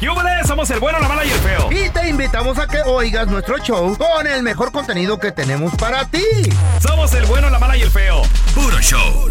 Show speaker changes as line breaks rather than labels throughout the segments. ¡Yúbales! Somos el bueno, la mala y el feo.
Y te invitamos a que oigas nuestro show con el mejor contenido que tenemos para ti.
Somos el bueno, la mala y el feo.
Puro show.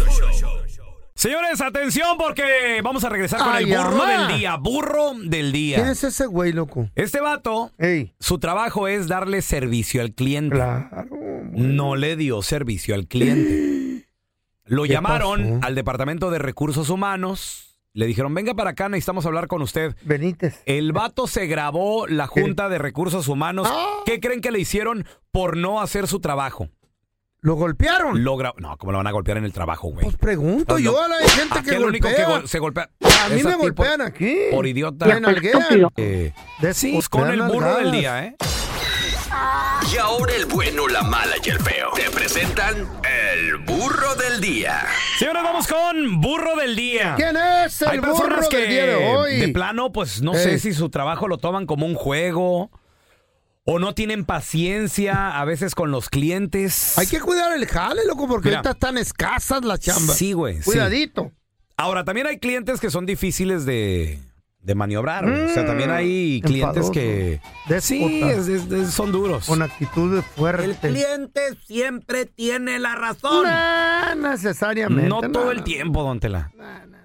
Señores, atención porque vamos a regresar con
Ay,
el burro
mamá.
del día. Burro del
¿Quién
día.
es ese güey, loco?
Este vato,
Ey,
su trabajo es darle servicio al cliente.
claro.
No le dio servicio al cliente. Lo
¿Qué
llamaron
pasó?
al Departamento de Recursos Humanos. Le dijeron, venga para acá, necesitamos hablar con usted.
Benítez.
El vato se grabó la Junta de Recursos Humanos.
¡Ah!
¿Qué creen que le hicieron por no hacer su trabajo?
¿Lo golpearon?
Lo gra- No, ¿cómo lo van a golpear en el trabajo, güey?
Pues pregunto
Pues,
yo
no.
a la gente
Aquí
que
el único que
golpea.
gol- se golpea.
a mí
Esa
me
tipo-
golpean aquí.
Por idiota.
Me nalguean.
Eh,
De-
sí,
golpean
con el burro
nalgadas.
del día, ¿eh?
Y ahora el bueno, la mala y el feo. Te presentan el burro del día.
Señores, vamos con burro del día.
¿Quién es el
Hay personas
burro
que
del día de hoy? Eh.
de plano, pues no sé
Ey.
si su trabajo lo toman como un juego o no tienen paciencia a veces con los clientes.
Hay que cuidar el jale, loco, porque
Mira.
ahorita están escasas las chambas.
Sí, güey. sí.
Cuidadito.
Ahora, también hay clientes que son difíciles de, de maniobrar. güey. o sea, también hay clientes
Mm, enfadoso.
que... Sí,
Déspota.
es- es- es- son duros.
Con actitudes
El
fuertes.
cliente siempre tiene la razón.
No necesariamente.
No todo el
no,
tiempo, don Tela.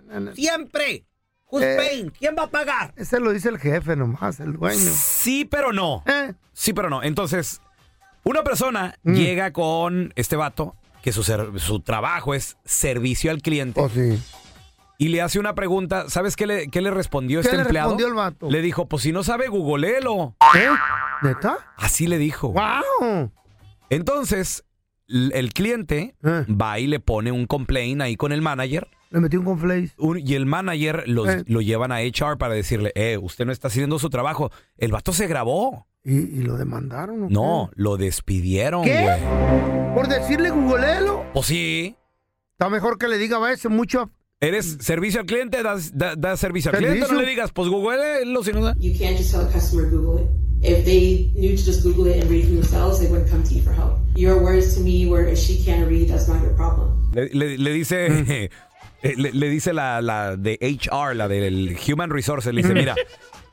no, no.
Siempre. Who's
Eh.
paying? ¿Quién va a pagar?
Ese lo dice el jefe nomás, el dueño.
Sí, pero no.
Eh,
Sí, pero no. Entonces, una persona
Mm.
llega con este vato, que su, ser- su trabajo es servicio al cliente,
o Pues sí.
y le hace una pregunta. ¿Sabes qué le, qué le respondió
¿Qué
este
le
empleado?
respondió el vato?
Le dijo, pues si no sabe, googleelo.
¿Eh? ¿Neta?
Así le dijo.
¡Wow!
Entonces, l- el cliente
Eh.
va y le pone un complaint ahí con el manager.
Le metí un conflace.
un- y el manager los-
Eh.
lo llevan a HR para decirle, eh, usted no está haciendo su trabajo. El vato se grabó.
¿Y, y lo demandaron? o
No, lo despidieron,
¿Qué?
güey.
qué? Por decirle googleelo.
Pues sí.
Está mejor que le diga, va ese mucho.
Eres servicio al cliente, das, da, das servicio al cliente. No
Servicio.
le digas, pues Google lo si no da.
You can't just tell a customer Google it. If they knew to just Google it and read it themselves, they wouldn't come to you for help. Your words to me were, if she can't read, that's not your problem.
Le, le- le
Mm.
dice, eh, le, le dice la, la de HR, la del Human Resources, le dice, mira,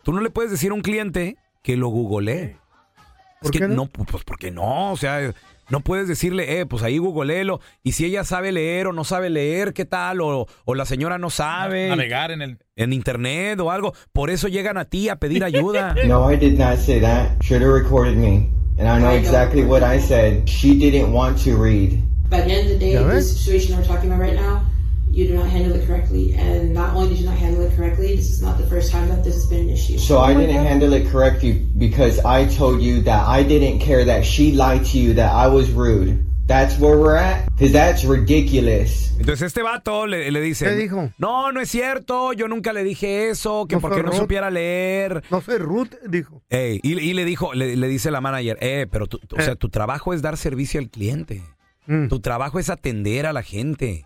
tú no le puedes decir a un cliente que lo googleé. Es
¿Por
que
qué no?
no, pu- pues porque no, o sea, eh, no puedes decirle, eh, pues ahí googleelo, y si ella sabe leer o no sabe leer, ¿qué tal? O, o la señora no sabe.
Ah,
navegar en el
En internet o algo, por eso llegan a ti a pedir ayuda.
No, I did not say that. Should have recorded me. And I know exactly what I said. She didn't want to read.
By the end of the day,
Yeah, right.
this situation we're talking about right now, you did not handle it correctly. And not only did you not handle it correctly, this is not the first time that this has been an issue.
So I didn't handle it correctly because I told you that I didn't care that she lied to you, that I was rude. That's where we're at? Because that's ridiculous.
Entonces este vato le, le dice,
¿Qué dijo?
no, no es cierto, yo nunca le dije eso, que
No
porque
fue
no
Ruth.
supiera leer.
No soy Ruth, dijo.
Ey, y, y le dijo, le, le dice la manager, eh, pero tú, tú- o
Eh.
sea, tu trabajo es dar servicio al cliente,
Mm.
tu trabajo es atender a la gente.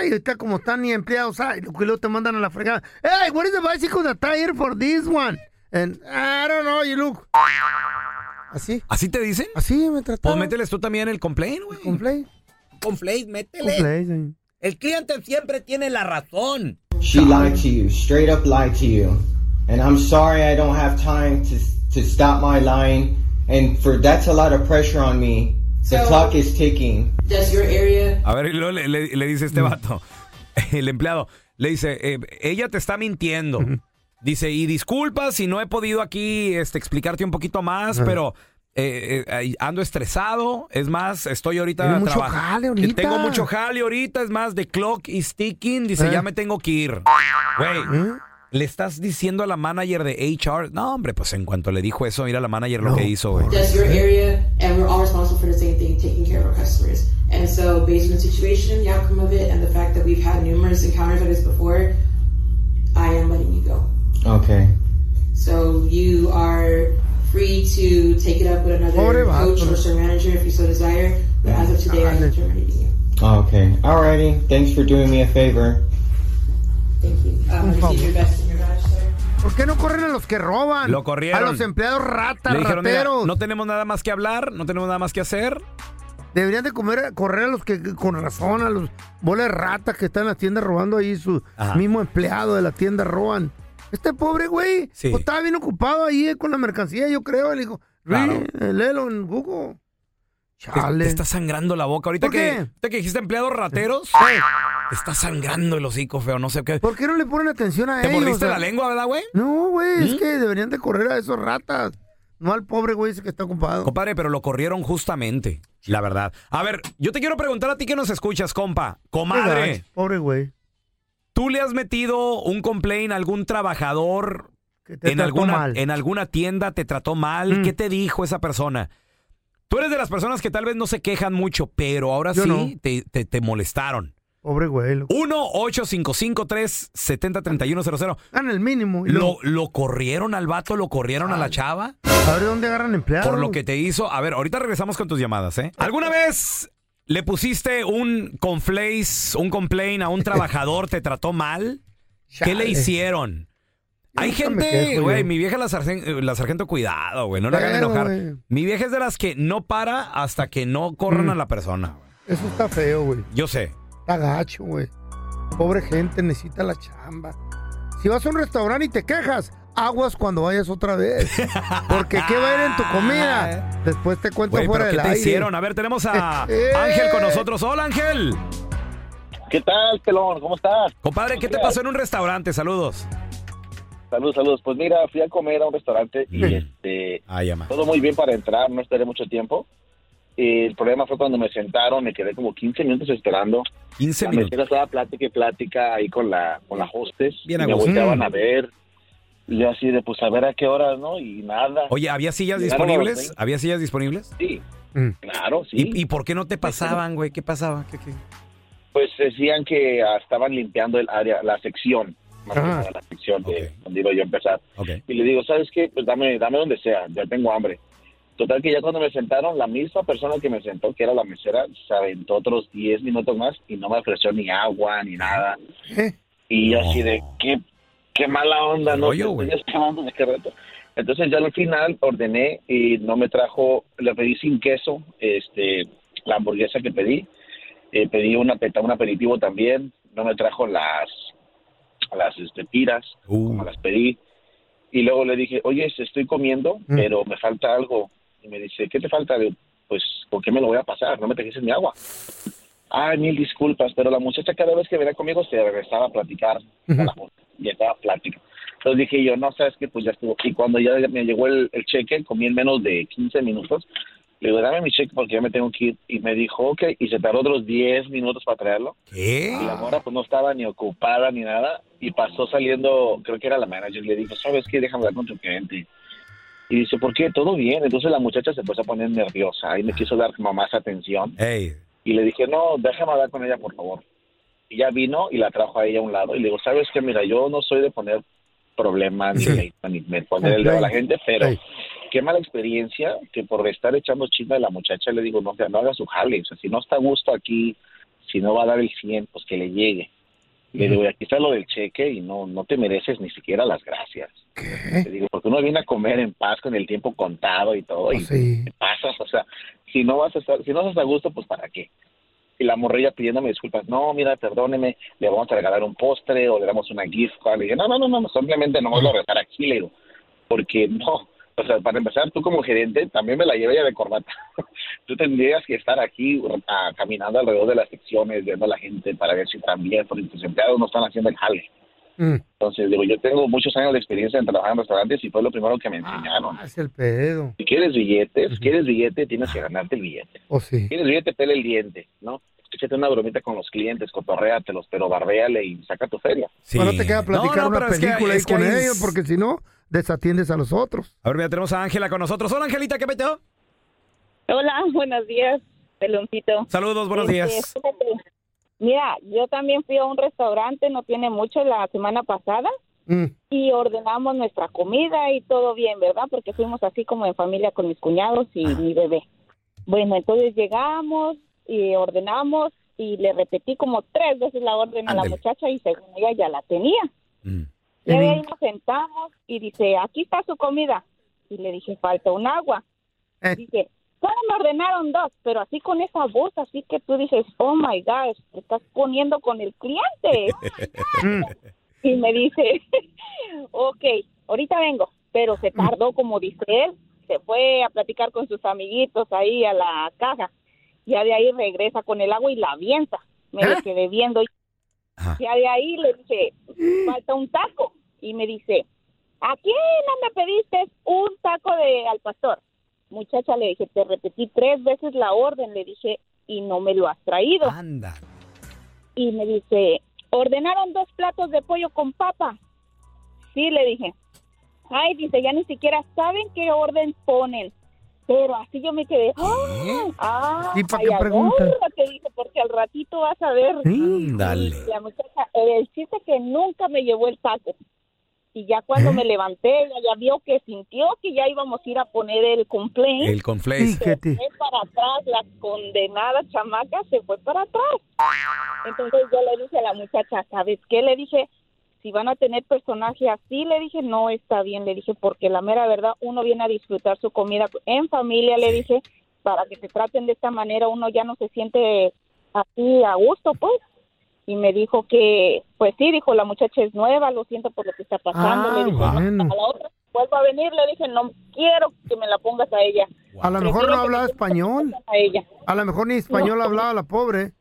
Ey, ahorita como están ni empleados, ay, lo que luego te mandan a la fregada. Hey, what is the bicycle that I here for this one? And I don't know, you look. Así,
¿Así te dicen?
así me
Pues
trataron.
mételes tú también el complaint, güey.
Complain,
Complaint, métele.
complain, sí.
El cliente siempre tiene la razón.
She lied to you, straight up lied to you. And I'm sorry I don't have time to, to stop my lying. And for that's a lot of pressure on me. The
So-
clock is ticking.
That's your area.
A ver, y luego le, le- le dice
Mm.
este vato, el empleado, le dice, eh, ella te está mintiendo. Dice, y disculpa si no he podido aquí este, explicarte un poquito más, pero eh, eh, ay, ando estresado. Es más, estoy ahorita
Tiene mucho
trabajando.
jale ahorita.
Tengo mucho jale ahorita, es más, the clock is ticking. Dice,
Eh.
ya me tengo que ir. Güey, le estás diciendo a la manager de HR. No, hombre, pues en cuanto le dijo eso, mira la manager lo
No,
que hizo, güey.
That's your area, and we're all responsible for the same thing, taking care of our customers. And so, based on the situation, the outcome of it, and the fact that we've had numerous encounters like this before, I am letting you go.
Okay.
So you are free to take it up with another
Pobre vato.
coach or store manager if you so desire. But as of today, I am terminating you.
Okay. Alrighty. Thanks for doing me a favor.
Thank you. Um,
favor.
did your best in your badge, sir.
¿Por qué no corren a los que roban?
Lo corrieron.
A los empleados ratas,
Le dijeron, "Mira,
rateros.
no tenemos nada más que hablar, no tenemos nada más que hacer.
Deberían de comer, correr a los que con razón, a los bolas de ratas que están en las tiendas robando ahí su
Ajá.
mismo empleado de la tienda roban. Este pobre güey
Sí.
pues, estaba bien ocupado ahí eh, con la mercancía, yo creo. Le dijo,
Claro.
"Rí, eh, léelo en Google.
Te,
Chale.
te está sangrando la boca. Ahorita
¿Por
que,
qué? ¿Eh?
ahorita que dijiste empleados rateros, te está sangrando el hocico, feo. No sé qué.
¿Por qué no le ponen atención a
Te
ellos?
mordiste
O sea,
la lengua, ¿Mm? ¿verdad, güey?
No, güey, es que deberían de correr a esos ratas. No al pobre güey ese que está ocupado.
Compadre, pero lo corrieron justamente, la verdad. A ver, yo te quiero preguntar a ti que nos escuchas, compa. Comadre,
Pobre güey.
¿tú le has metido un complaint a algún trabajador
Que te
en
trató
alguna,
mal.
en alguna tienda te trató mal,
Mm.
¿qué te dijo esa persona? Tú eres de las personas que tal vez no se quejan mucho, pero ahora
Yo
sí
no.
te, te- te molestaron.
Pobre güey. Lo...
1-855-370-3100.
Hagan el mínimo. y
¿Lo,
luego,
¿Lo corrieron al vato? ¿Lo corrieron a la chava?
A ver dónde agarran empleados.
Por lo que te hizo. A ver, ahorita regresamos con tus llamadas, ¿eh? ¿Alguna vez le pusiste un conflace, un complaint a un trabajador, te trató mal? ¿Qué le
Chale.
hicieron? Hay
nunca me
gente,
quejo,
güey,
yo.
mi vieja la, sargen- la sargento, cuidado, güey, no la hagan
Pero,
enojar.
güey.
Mi vieja es de las que no para hasta que no corran a la persona. güey.
Eso está feo, güey.
Yo sé.
Está gacho, güey. Pobre gente, necesita la chamba. Si vas a un restaurante y te quejas, aguas cuando vayas otra vez. Porque qué va a ir en tu comida. Después te cuento
Güey,
fuera
pero ¿qué
del
te
aire.
hicieron? A ver, tenemos a
Eh.
Ángel con nosotros. Hola, Ángel.
¿Qué tal, pelón? ¿Cómo estás?
Compadre, ¿qué te pasó en un restaurante? Saludos.
Saludos, saludos. Pues mira, fui a comer a un restaurante y
Mm.
este,
Ah, llama.
todo muy bien para entrar, no esperé mucho tiempo. Eh, El problema fue cuando me sentaron, me quedé como 15 minutos esperando.
15
La
minutos.
mesera estaba plática y plática ahí con la, con la hostess.
Bien
y
a
me
gusto. Mm.
volteaban a ver. Y yo así de, pues a ver a qué hora, ¿no? Y nada.
Oye, ¿había sillas
Llegaron a los
disponibles? ¿Había sillas disponibles?
Sí,
Mm.
claro, sí.
¿Y, y por qué no te pasaban, güey? ¿Qué pasaba? ¿Qué- qué?
Pues decían que ah, estaban limpiando el área, la sección. Más que
Ah.
nada, la sección de
Ok.
donde iba yo a empezar.
Ok.
Y le digo, ¿sabes qué? Pues dame, dame donde sea, ya tengo hambre. Total que ya cuando me sentaron, la misma persona que me sentó, que era la mesera, se aventó otros 10 minutos más y no me ofreció ni agua ni nada.
¿Eh?
Y yo
No.
así de, qué, qué mala onda,
Qué
¿no?
rollo, güey.
Estoy esperando desde qué rato. Entonces ya al final ordené y no me trajo, le pedí sin queso este, la hamburguesa que pedí. Eh, pedí una, peta- un aperitivo también, no me trajo las, las este, piras
Uh,
como las pedí. Y luego le dije, oye, este, estoy comiendo,
Mm.
pero me falta algo. Y me dice, ¿qué te falta? Digo, pues, ¿con qué me lo voy a pasar? No me trajiste mi agua. Ay, mil disculpas, pero la muchacha cada vez que venía conmigo se regresaba a platicar. con la mujer, y estaba plática. Entonces dije yo, no, ¿sabes qué? Pues ya estuvo. Y cuando ya me llegó el, el cheque, comí en menos de 15 minutos. Le digo, dame mi cheque porque ya me tengo que ir. Y me dijo, ok. Y se tardó otros 10 minutos para traerlo.
¿Qué?
Y la mora pues no estaba ni ocupada ni nada y pasó saliendo, creo que era la manager, y le dijo, ¿sabes qué? Déjame hablar con tu cliente. Y dice, ¿por qué? Todo bien. Entonces la muchacha se empezó a poner nerviosa y me quiso dar mamás atención
Ey,
y le dije, no, déjame hablar con ella, por favor. Y ya vino y la trajo a ella a un lado y le digo, ¿sabes qué? Mira, yo no soy de poner problemas ni,
Sí.
pleito, ni me poner el dedo a la gente, pero
Sí.
qué mala experiencia que por estar echando chisme a la muchacha le digo, no, no haga su jale, o sea, si no está a gusto aquí, si no va a dar el 100, pues que le llegue. Le digo, y aquí está lo del cheque y no, no te mereces ni siquiera las gracias. Le digo, porque uno viene a comer en paz con el tiempo contado y todo, y
Pues Sí.
te pasas, o sea, si no vas a estar, si no estás a gusto, pues para qué. Y la morrilla pidiéndome disculpas, no, mira, perdóneme, le vamos a regalar un postre o le damos una gift card. Le dije, no, no, no, no, simplemente no voy a regalar aquí, le digo, porque no, o sea, para empezar, tú como gerente también me la llevé ya de corbata. tú tendrías que estar aquí ah, caminando alrededor de las secciones, viendo a la gente para ver si también, porque tus empleados no están haciendo el jale.
Mm.
Entonces, digo, yo tengo muchos años de experiencia en trabajar en restaurantes y fue lo primero que me enseñaron.
Ah, es el pedo.
Si quieres billetes, quieres billete, tienes que ganarte el billete.
O Pues sí.
Tienes billete, pele el diente, ¿no? Échate una bromita con los clientes, cotorréatelos, pero barbéale y saca tu feria.
sí.
Bueno, te queda platicar
No, no,
una
pero es que-
película ahí
es que
con
ahí es-
ellos, porque si no, desatiendes a los otros.
A ver, mira, tenemos a Ángela con nosotros. Hola, Angelita, ¿qué peteo?
Hola, buenos días, peloncito.
Saludos, buenos
Este,
días.
fíjate, Mira, yo también fui a un restaurante, no tiene mucho, la semana pasada,
Mm.
y ordenamos nuestra comida y todo bien, ¿verdad? Porque fuimos así como en familia con mis cuñados y mi bebé. Bueno, entonces llegamos y ordenamos y le repetí como tres veces la orden a
Ándele.
la muchacha y según ella ya la tenía.
Mm.
Ya de ahí
Mm.
nos sentamos y dice, aquí está su comida. Y le dije, falta un agua.
Eh.
Dice, solo me ordenaron dos, pero así con esa voz, así que tú dices, oh my gosh, te estás poniendo con el cliente.
Mm.
y me dice, ok, ahorita vengo, pero se tardó como dice él, se fue a platicar con sus amiguitos ahí a la caja, ya de ahí regresa con el agua y la avienta, me le quedé viendo, ya de ahí le dije, falta un taco, y me dice, ¿a quién no me pediste un taco de al pastor? Muchacha, le dije, te repetí tres veces la orden, le dije, y no me lo has traído
Anda.
y me dice, ordenaron dos platos de pollo con papa. Sí, le dije. Ay, dice, ya ni siquiera saben qué orden ponen. Pero así yo me quedé.
¿Eh?
Ah,
¿Y pa'
ay,
qué pregunta?
agárrate", dije, porque al ratito vas a ver.
Ándale.
Y La muchacha, eh, el chiste que nunca me llevó el taco. Y ya cuando
¿Eh?
me levanté, ella ya vio que sintió que ya íbamos a ir a poner el complaint.
El conflace.
Fíjate.
Se fue para atrás, la condenada chamaca se fue para atrás. Entonces yo le dije a la muchacha, ¿sabes qué? Le dije, si van a tener personaje así, le dije, no está bien, le dije, porque la mera verdad, uno viene a disfrutar su comida en familia, le dije, para que se traten de esta manera, uno ya no se siente así a gusto, pues. Y me dijo que, pues sí, dijo, la muchacha es nueva, lo siento por lo que está pasando.
Ah,
le dije, "No,
bueno.
a la otra, vuelvo a venir, le dije, no quiero que me la pongas a ella
A lo mejor no hablaba español.
a ella.
A lo mejor ni español hablaba la pobre.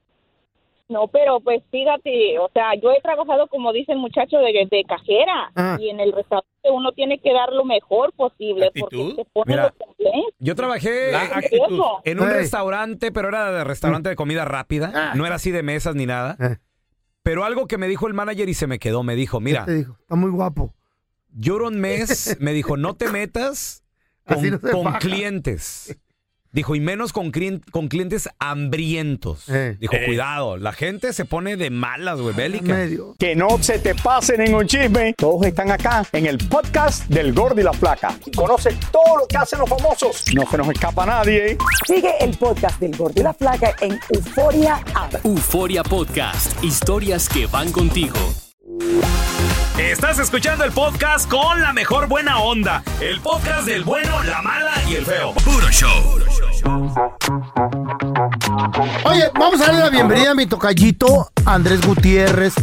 No, pero pues fíjate, o sea, yo he trabajado como dice el muchacho de, de cajera
Ah.
y en el restaurante uno tiene que dar lo mejor posible
Actitud.
porque se pone
Mira.
los complaints.
Yo trabajé
La
eh,
actitud.
Eso.
en un
Ey.
restaurante, pero era de restaurante de comida rápida.
Ah.
No era así de mesas ni nada.
Eh.
Pero algo que me dijo el manager y se me quedó, me dijo, mira,
Te dijo, está muy guapo.
lloro un mes, me dijo, no te metas
Así
con,
no se
con
baja.
clientes. Dijo, y menos con, clien- con clientes hambrientos.
Eh. Ah,
Dijo, cuidado, la gente se pone de malas, güey, bélica.
Medio.
Que no se te pase ningún chisme. Todos están acá en el podcast del Gordi y la Flaca. Y conoce todo lo que hacen los famosos. No se nos escapa nadie.
Sigue el podcast del Gordo y la Flaca en Euforia App.
Euforia Podcast, historias que van contigo.
Estás escuchando el podcast con la mejor buena onda. El podcast del bueno, la mala y el feo.
Puro show.
Oye, vamos a darle la bienvenida a mi tocallito Andrés Gutiérrez,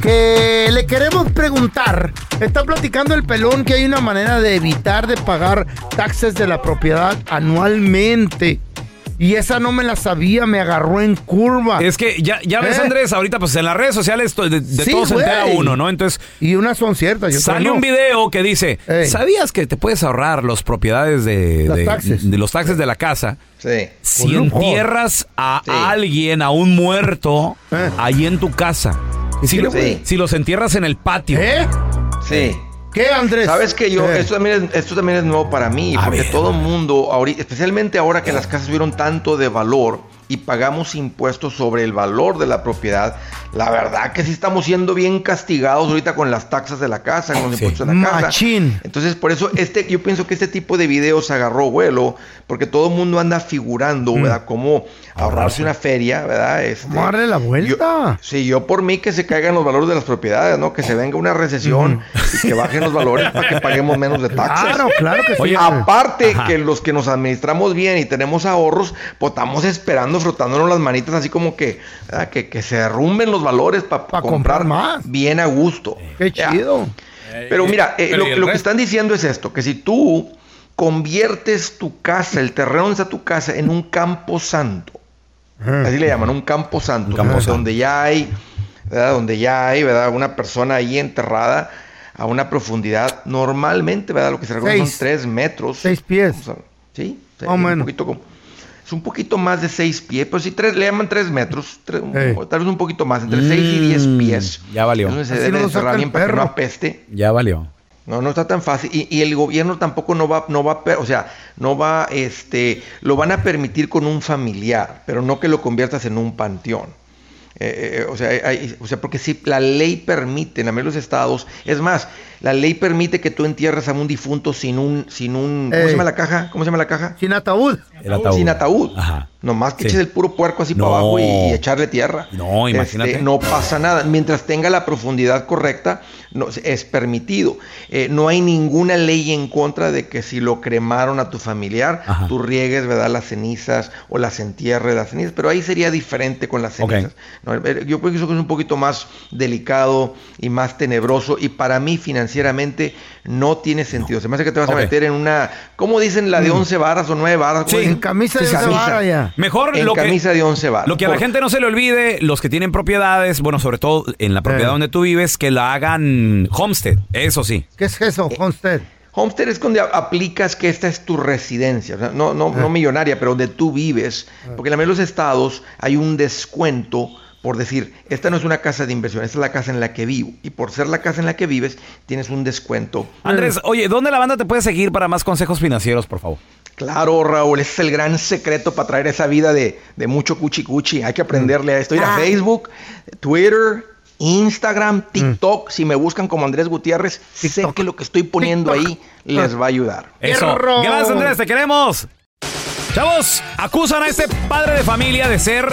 que le queremos preguntar. Está platicando el pelón que hay una manera de evitar de pagar taxes de la propiedad anualmente. Y esa no me la sabía, me agarró en curva.
Es que ya, ya ves,
¿Eh?
Andrés, ahorita pues en las redes sociales to- de, de
Sí,
todo se
güey.
entera uno, ¿no? Entonces
Y unas son ciertas. y otras
sale
no.
un video que dice,
Ey.
¿sabías que te puedes ahorrar los propiedades de,
Las
de-
taxes.
de los taxes de la casa?
Sí.
Si
Por lujo.
entierras a
Sí.
alguien, a un muerto,
Eh.
ahí en tu casa. Si,
Sí,
lo-
güey.
si los entierras en el patio.
¿Eh?
Sí.
¿Qué, Andrés?
Sabes que yo,
Eh.
esto también es, esto también es nuevo para mí,
A
porque
ver.
todo el mundo, ahorita, especialmente ahora que las casas subieron tanto de valor y pagamos impuestos sobre el valor de la propiedad, la verdad que sí estamos siendo bien castigados ahorita con las taxas de la casa, con los
Sí.
impuestos de la casa.
Machín.
Entonces, por eso este, yo pienso que este tipo de videos agarró vuelo, porque todo el mundo anda figurando, ¿verdad? Cómo ahorrarse una feria, ¿verdad? Este,
Vamos a darle la
yo,
vuelta.
sí, yo por mí que se caigan los valores de las propiedades, ¿no? Que se venga una recesión y que bajen los valores para que paguemos menos de taxes.
Claro, claro que sí.
Oye,
Aparte
Ajá.
que los que nos administramos bien y tenemos ahorros, pues estamos esperando, frotándonos las manitas, así como que, ¿verdad? que, que se derrumben los valores para
Pa' comprar
comprar,
más.
bien a gusto.
Qué
Ya.
chido.
Pero mira, eh,
Pero
lo,
¿y
que-
el
lo que
resto?
están diciendo es esto, que si tú conviertes tu casa, el terreno donde está tu casa, en un campo santo,
Eh.
así le llaman, un campo santo,
Un campo
donde,
santo.
donde ya hay, ¿verdad? Donde ya hay, ¿verdad? Una persona ahí enterrada a una profundidad, normalmente, ¿verdad? Lo que se reconoce
Seis.
son tres metros.
Seis pies.
O sea, sí, sí,
Más o
un
menos.
poquito como- es un poquito más de seis pies, pero sí tres, le llaman tres metros, tres-
Ey.
o tal vez un poquito más, entre seis y diez
Mm,
pies.
ya valió.
Es donde se
Así
debe
no lo
enterrar
saca el
bien para que no
perro.
apeste.
Ya valió.
No, no está tan fácil. Y, y el gobierno tampoco no va, no va, a per- o sea, no va, este, lo van a permitir con un familiar, pero no que lo conviertas en un panteón. Eh, eh, o, sea, hay- hay- o sea, porque si la ley permite, en la mayoría de los estados, es más, La ley permite que tú entierres a un difunto sin un, sin un, ¿cómo
Ey.
se llama la caja? ¿Cómo se llama la caja?
Sin ataúd.
El ataúd.
Sin ataúd. Nomás que
Sí.
eches el puro puerco así
No.
para abajo y, y echarle tierra.
No, imagínate.
Este, no pasa nada. Mientras tenga la profundidad correcta, no, es permitido. Eh, no hay ninguna ley en contra de que si lo cremaron a tu familiar,
Ajá.
tú riegues, ¿verdad? Las cenizas o las entierres, las cenizas. Pero ahí sería diferente con las
Ok.
cenizas. No, eh, yo creo que eso es un poquito más delicado y más tenebroso. Y para mí, financieramente, no tiene sentido. Se me hace que te vas
Ok. Mm.
a meter en una. ¿Cómo dicen la de 11 varas o 9 varas?
Sí.
En
En
camisa de once varas ya.
Mejor
en
lo que-
camisa de 11 varas.
Lo que a la
Por-
gente no se le olvide, los que tienen propiedades, bueno, sobre todo en la propiedad
Eh.
donde tú vives, que la hagan homestead, eso sí.
¿Qué es eso,
Eh,
Homestead?
Homestead es donde a- aplicas que esta es tu residencia, o sea, no, no, no millonaria, pero donde tú vives, porque en la mayoría de los estados hay un descuento por decir, esta no es una casa de inversión, esta es la casa en la que vivo, y por ser la casa en la que vives, tienes un descuento
Andrés, oye, ¿dónde la banda te puede seguir para más consejos financieros, por favor?
Claro, Raúl, ese es el gran secreto para traer esa vida de, de mucho cuchi cuchi. Hay que aprenderle a esto.
Ah.
Ir a Facebook, Twitter, Instagram, TikTok. Si me buscan como Andrés Gutiérrez, sé que lo que estoy poniendo ahí les va a ayudar.
Eso.
¡Hierro!
Gracias, Andrés, te queremos. Chavos, acusan a este padre de familia de ser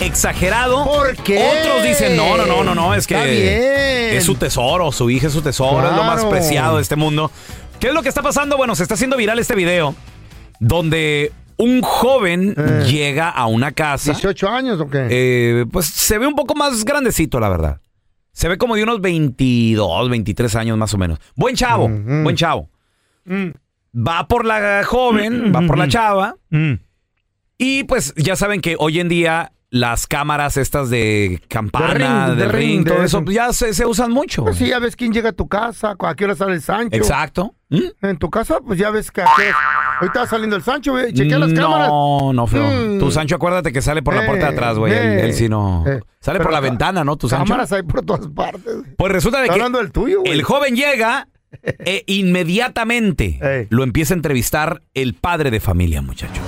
exagerado.
¿Por qué?
Otros dicen, no, no, no, no, no, es
Está
que
bien.
es su tesoro, su hija es su tesoro, es lo más
Claro.
preciado de este mundo. ¿Qué es lo que está pasando? Bueno, se está haciendo viral este video donde un joven
Eh.
llega a una casa.
18 años o qué?
eh, pues se ve un poco más grandecito, la verdad. Se ve como de unos 22, 23 años más o menos. Buen chavo,
Mm,
buen chavo. Va por la joven, va
Mm,
por la chava. Y pues ya saben que hoy en día las cámaras estas de campana,
De ring,
de,
de
ring,
ring,
todo
de
eso,
eso.
pues, ya se, se usan mucho.
Pues sí, ya ves quién llega a tu casa, a qué hora sale el Sancho.
Exacto. ¿Mm?
En tu casa, pues ya ves que a qué- ahorita va saliendo el Sancho, güey. Chequea las cámaras.
No, no, feo.
Mm.
Tu Sancho, acuérdate que sale por la puerta de
Eh,
atrás, güey. Él,
eh,
él sí no.
eh.
sale
Pero
por la
ca-
ventana, ¿no? Tu pues Sancho.
Cámaras hay por todas partes. güey.
Pues resulta de
Está
que
hablando del tuyo, güey.
el joven llega e inmediatamente
Ey.
lo empieza a entrevistar el padre de familia, muchacho.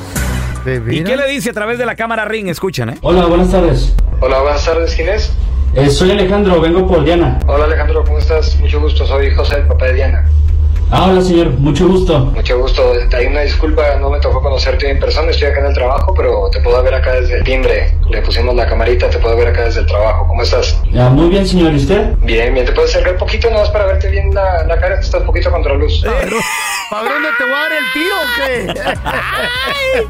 Ve,
¿Y
mira.
qué le dice a través de la cámara Ring? Escuchen, ¿eh?
Hola, buenas tardes.
Hola, buenas tardes, ¿quién es?
Eh, soy Alejandro, vengo por Diana.
Hola Alejandro, ¿cómo estás? Mucho gusto, soy José, el papá de Diana.
Ah, hola señor, mucho gusto.
Mucho gusto, hay una disculpa, no me tocó conocerte en persona, estoy acá en el trabajo, pero te puedo ver acá desde el timbre. Le pusimos la camarita, te puedo ver acá desde el trabajo. ¿Cómo estás?
Ah, muy bien señor, ¿y usted?
Bien, bien, te puedes acercar poquito nomás para verte bien la, la cara, que estás poquito contra luz.
¿Para dónde te voy a dar el tiro o qué?
El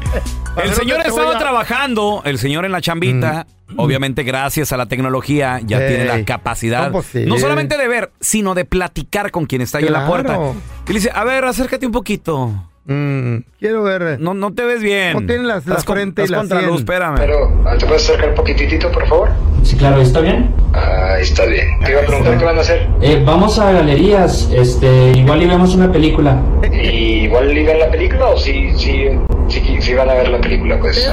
ver,
señor
¿dónde te voy
estaba
a- Mm.
trabajando, el señor en la chambita. Obviamente, gracias a la tecnología, ya
Ey.
tiene la capacidad,
No, pues sí.
no solamente de ver, sino de platicar con quien está ahí en la puerta.
Claro.
Y le dice, a ver, acércate un poquito.
Mm, quiero ver.
No, no te ves bien.
No Pues tiene las- la
Estás con-
frente y
estás
la
contra
sien.
luz, espérame.
Pero, ah, ¿te puedes acercar poquitito, por favor?
Sí, claro, ¿está bien?
Ah, Ahí está bien. Te iba a preguntar qué van a hacer.
Eh, vamos a galerías, este, igual y vemos una película.
¿Y igual le iban la película o si sí, sí, sí, sí van a ver la película? Pues...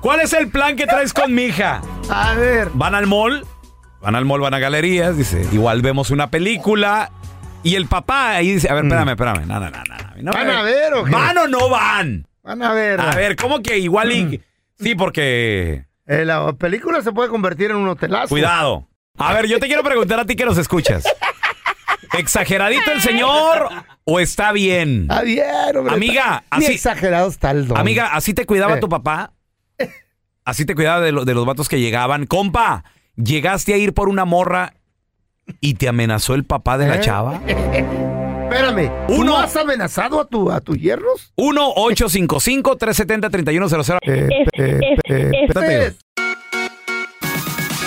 ¿Cuál es el plan que traes con mi hija?
A ver.
Van al mall, van al mall, van a galerías, dice, igual vemos una película. Y el papá ahí dice, a ver, espérame, espérame. No, no, no, no, no,
Mm. ¿Van
eh,
a ver o qué?
¿Van o no van?
Van a ver.
A ver, ¿cómo que igual
Mm.
y... Sí, porque...
Eh, la película se puede convertir en un hotelazo.
Cuidado. A ver, yo te quiero preguntar a ti que nos escuchas. ¿Exageradito el señor o está bien?
Está bien, hombre.
Amiga,
Ni
así-
exagerado está el don.
Amiga, ¿así te cuidaba
Eh.
tu papá? ¿Así te cuidaba de, lo- de los vatos que llegaban? Compa, llegaste a ir por una morra y te amenazó el papá de la
¿Eh?
chava.
Espérame. ¿Tú
Uno.
no has amenazado a, tu, a tus hierros?
1-855-370-3100.
Eh, eh, eh, espérate.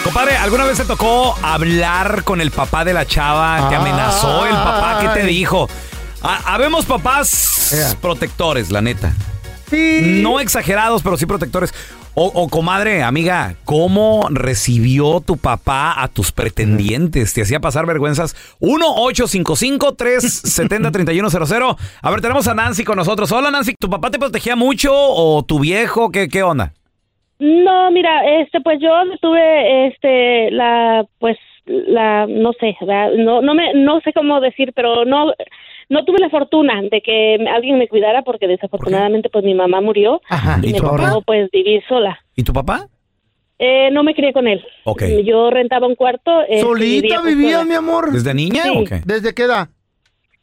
Compadre, ¿alguna vez te tocó hablar con el papá de la chava? ¿Te amenazó el papá? ¿Qué te
Ah. Ay.
dijo? Ha- Habemos papás
Ea.
protectores, la neta.
Sí.
No exagerados, pero sí protectores. O, o, comadre, amiga, ¿cómo recibió tu papá a tus pretendientes? ¿Te hacía pasar vergüenzas? 1-855-370-3100. A ver, tenemos a Nancy con nosotros. Hola, Nancy. ¿Tu papá te protegía mucho o tu viejo? ¿Qué, qué onda?
No, mira, este, pues yo tuve, este, la, pues, la, no sé, ¿verdad? no, no me, no sé cómo decir, pero no, no tuve la fortuna de que alguien me cuidara porque desafortunadamente, pues, mi mamá murió
Ajá.
y,
¿Y
me
tu papá?
tocó, pues, vivir sola.
¿Y tu
Eh,
papá?
Eh, no me crié con él.
Ok.
Yo rentaba un cuarto. eh, y
¿Solita
con
vivía,
sola.
mi amor?
¿Desde niña
Sí.
o qué?
¿Desde qué edad?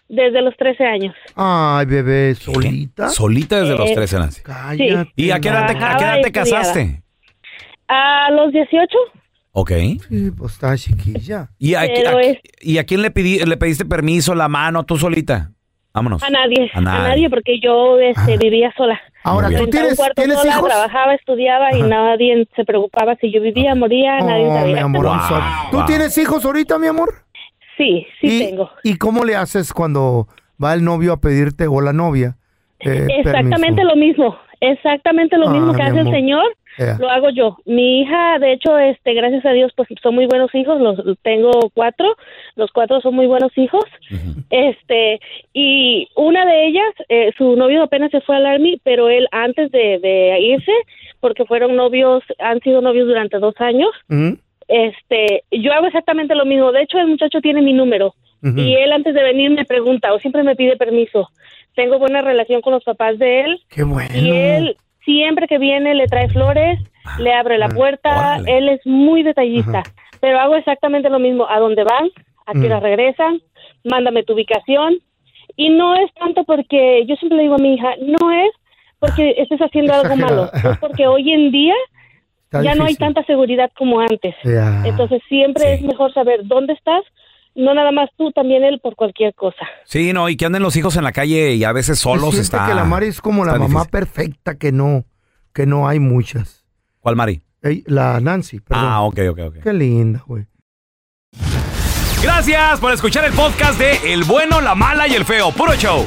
Desde los 13 años.
Ay, bebé, solita.
Solita desde los
Eh,
13, Nancy.
Cállate,
¿Y a qué edad te, a qué edad te
Trabajaba y estudiaba.
casaste?
A los 18.
Ok.
Sí, pues estaba chiquilla.
¿Y a, qui-
Pero
a qui-
es-
y a quién le, pidi- le pediste permiso, la mano, tú solita? Vámonos.
A nadie,
A
a
nadie. Ah.
nadie, porque yo este, vivía sola.
Ahora,
Rentaba
¿tú
un
tienes-
cuarto
tienes
sola,
hijos?
Trabajaba, estudiaba y nadie se preocupaba si yo vivía, moría, nadie
Oh,
sabía.
mi amor, I'm sorry. ¿Tú
wow.
tienes hijos ahorita, mi amor?
Sí, sí tengo.
¿Y cómo le haces cuando va el novio a pedirte o la novia? eh,
Exactamente
permiso?
lo mismo, exactamente lo
Ah,
mismo
mi
que hace el
amor.
señor,
Ea.
lo hago yo. Mi hija, de hecho, este, gracias a Dios, pues son muy buenos hijos, los tengo cuatro, los cuatro son muy buenos hijos, este, y una de ellas, eh, su novio apenas se fue al army, pero él antes de, de irse, porque fueron novios, han sido novios durante dos años,
¿Mm?
este, yo hago exactamente lo mismo. De hecho, el muchacho tiene mi número
Ujú.
y él antes de venir me pregunta o siempre me pide permiso. Tengo buena relación con los papás de él
Qué bueno.
y él siempre que viene le trae flores, le abre la puerta,
Ah, órale.
él es muy detallista. Pero hago exactamente lo mismo. ¿A dónde van? ¿A qué
Mm.
hora regresan? Mándame tu ubicación. Y no es tanto porque yo siempre le digo a mi hija, no es porque estés haciendo algo malo,
Exagerada.
es porque hoy en día
Está
ya no hay
difícil.
tanta seguridad como antes.
Ya.
Entonces siempre es mejor saber dónde estás, no nada más tú, también él por cualquier cosa.
Sí, no, y que anden los hijos en la calle y a veces solos
Siente
está.
que la Mari es como la
está
mamá
difícil.
perfecta que no, que no hay muchas.
¿Cuál Mari?
Ey, la Nancy, perdón.
Ah, ok, ok, ok.
Qué linda, güey.
Gracias por escuchar el podcast de El Bueno, la Mala y el Feo. Puro show.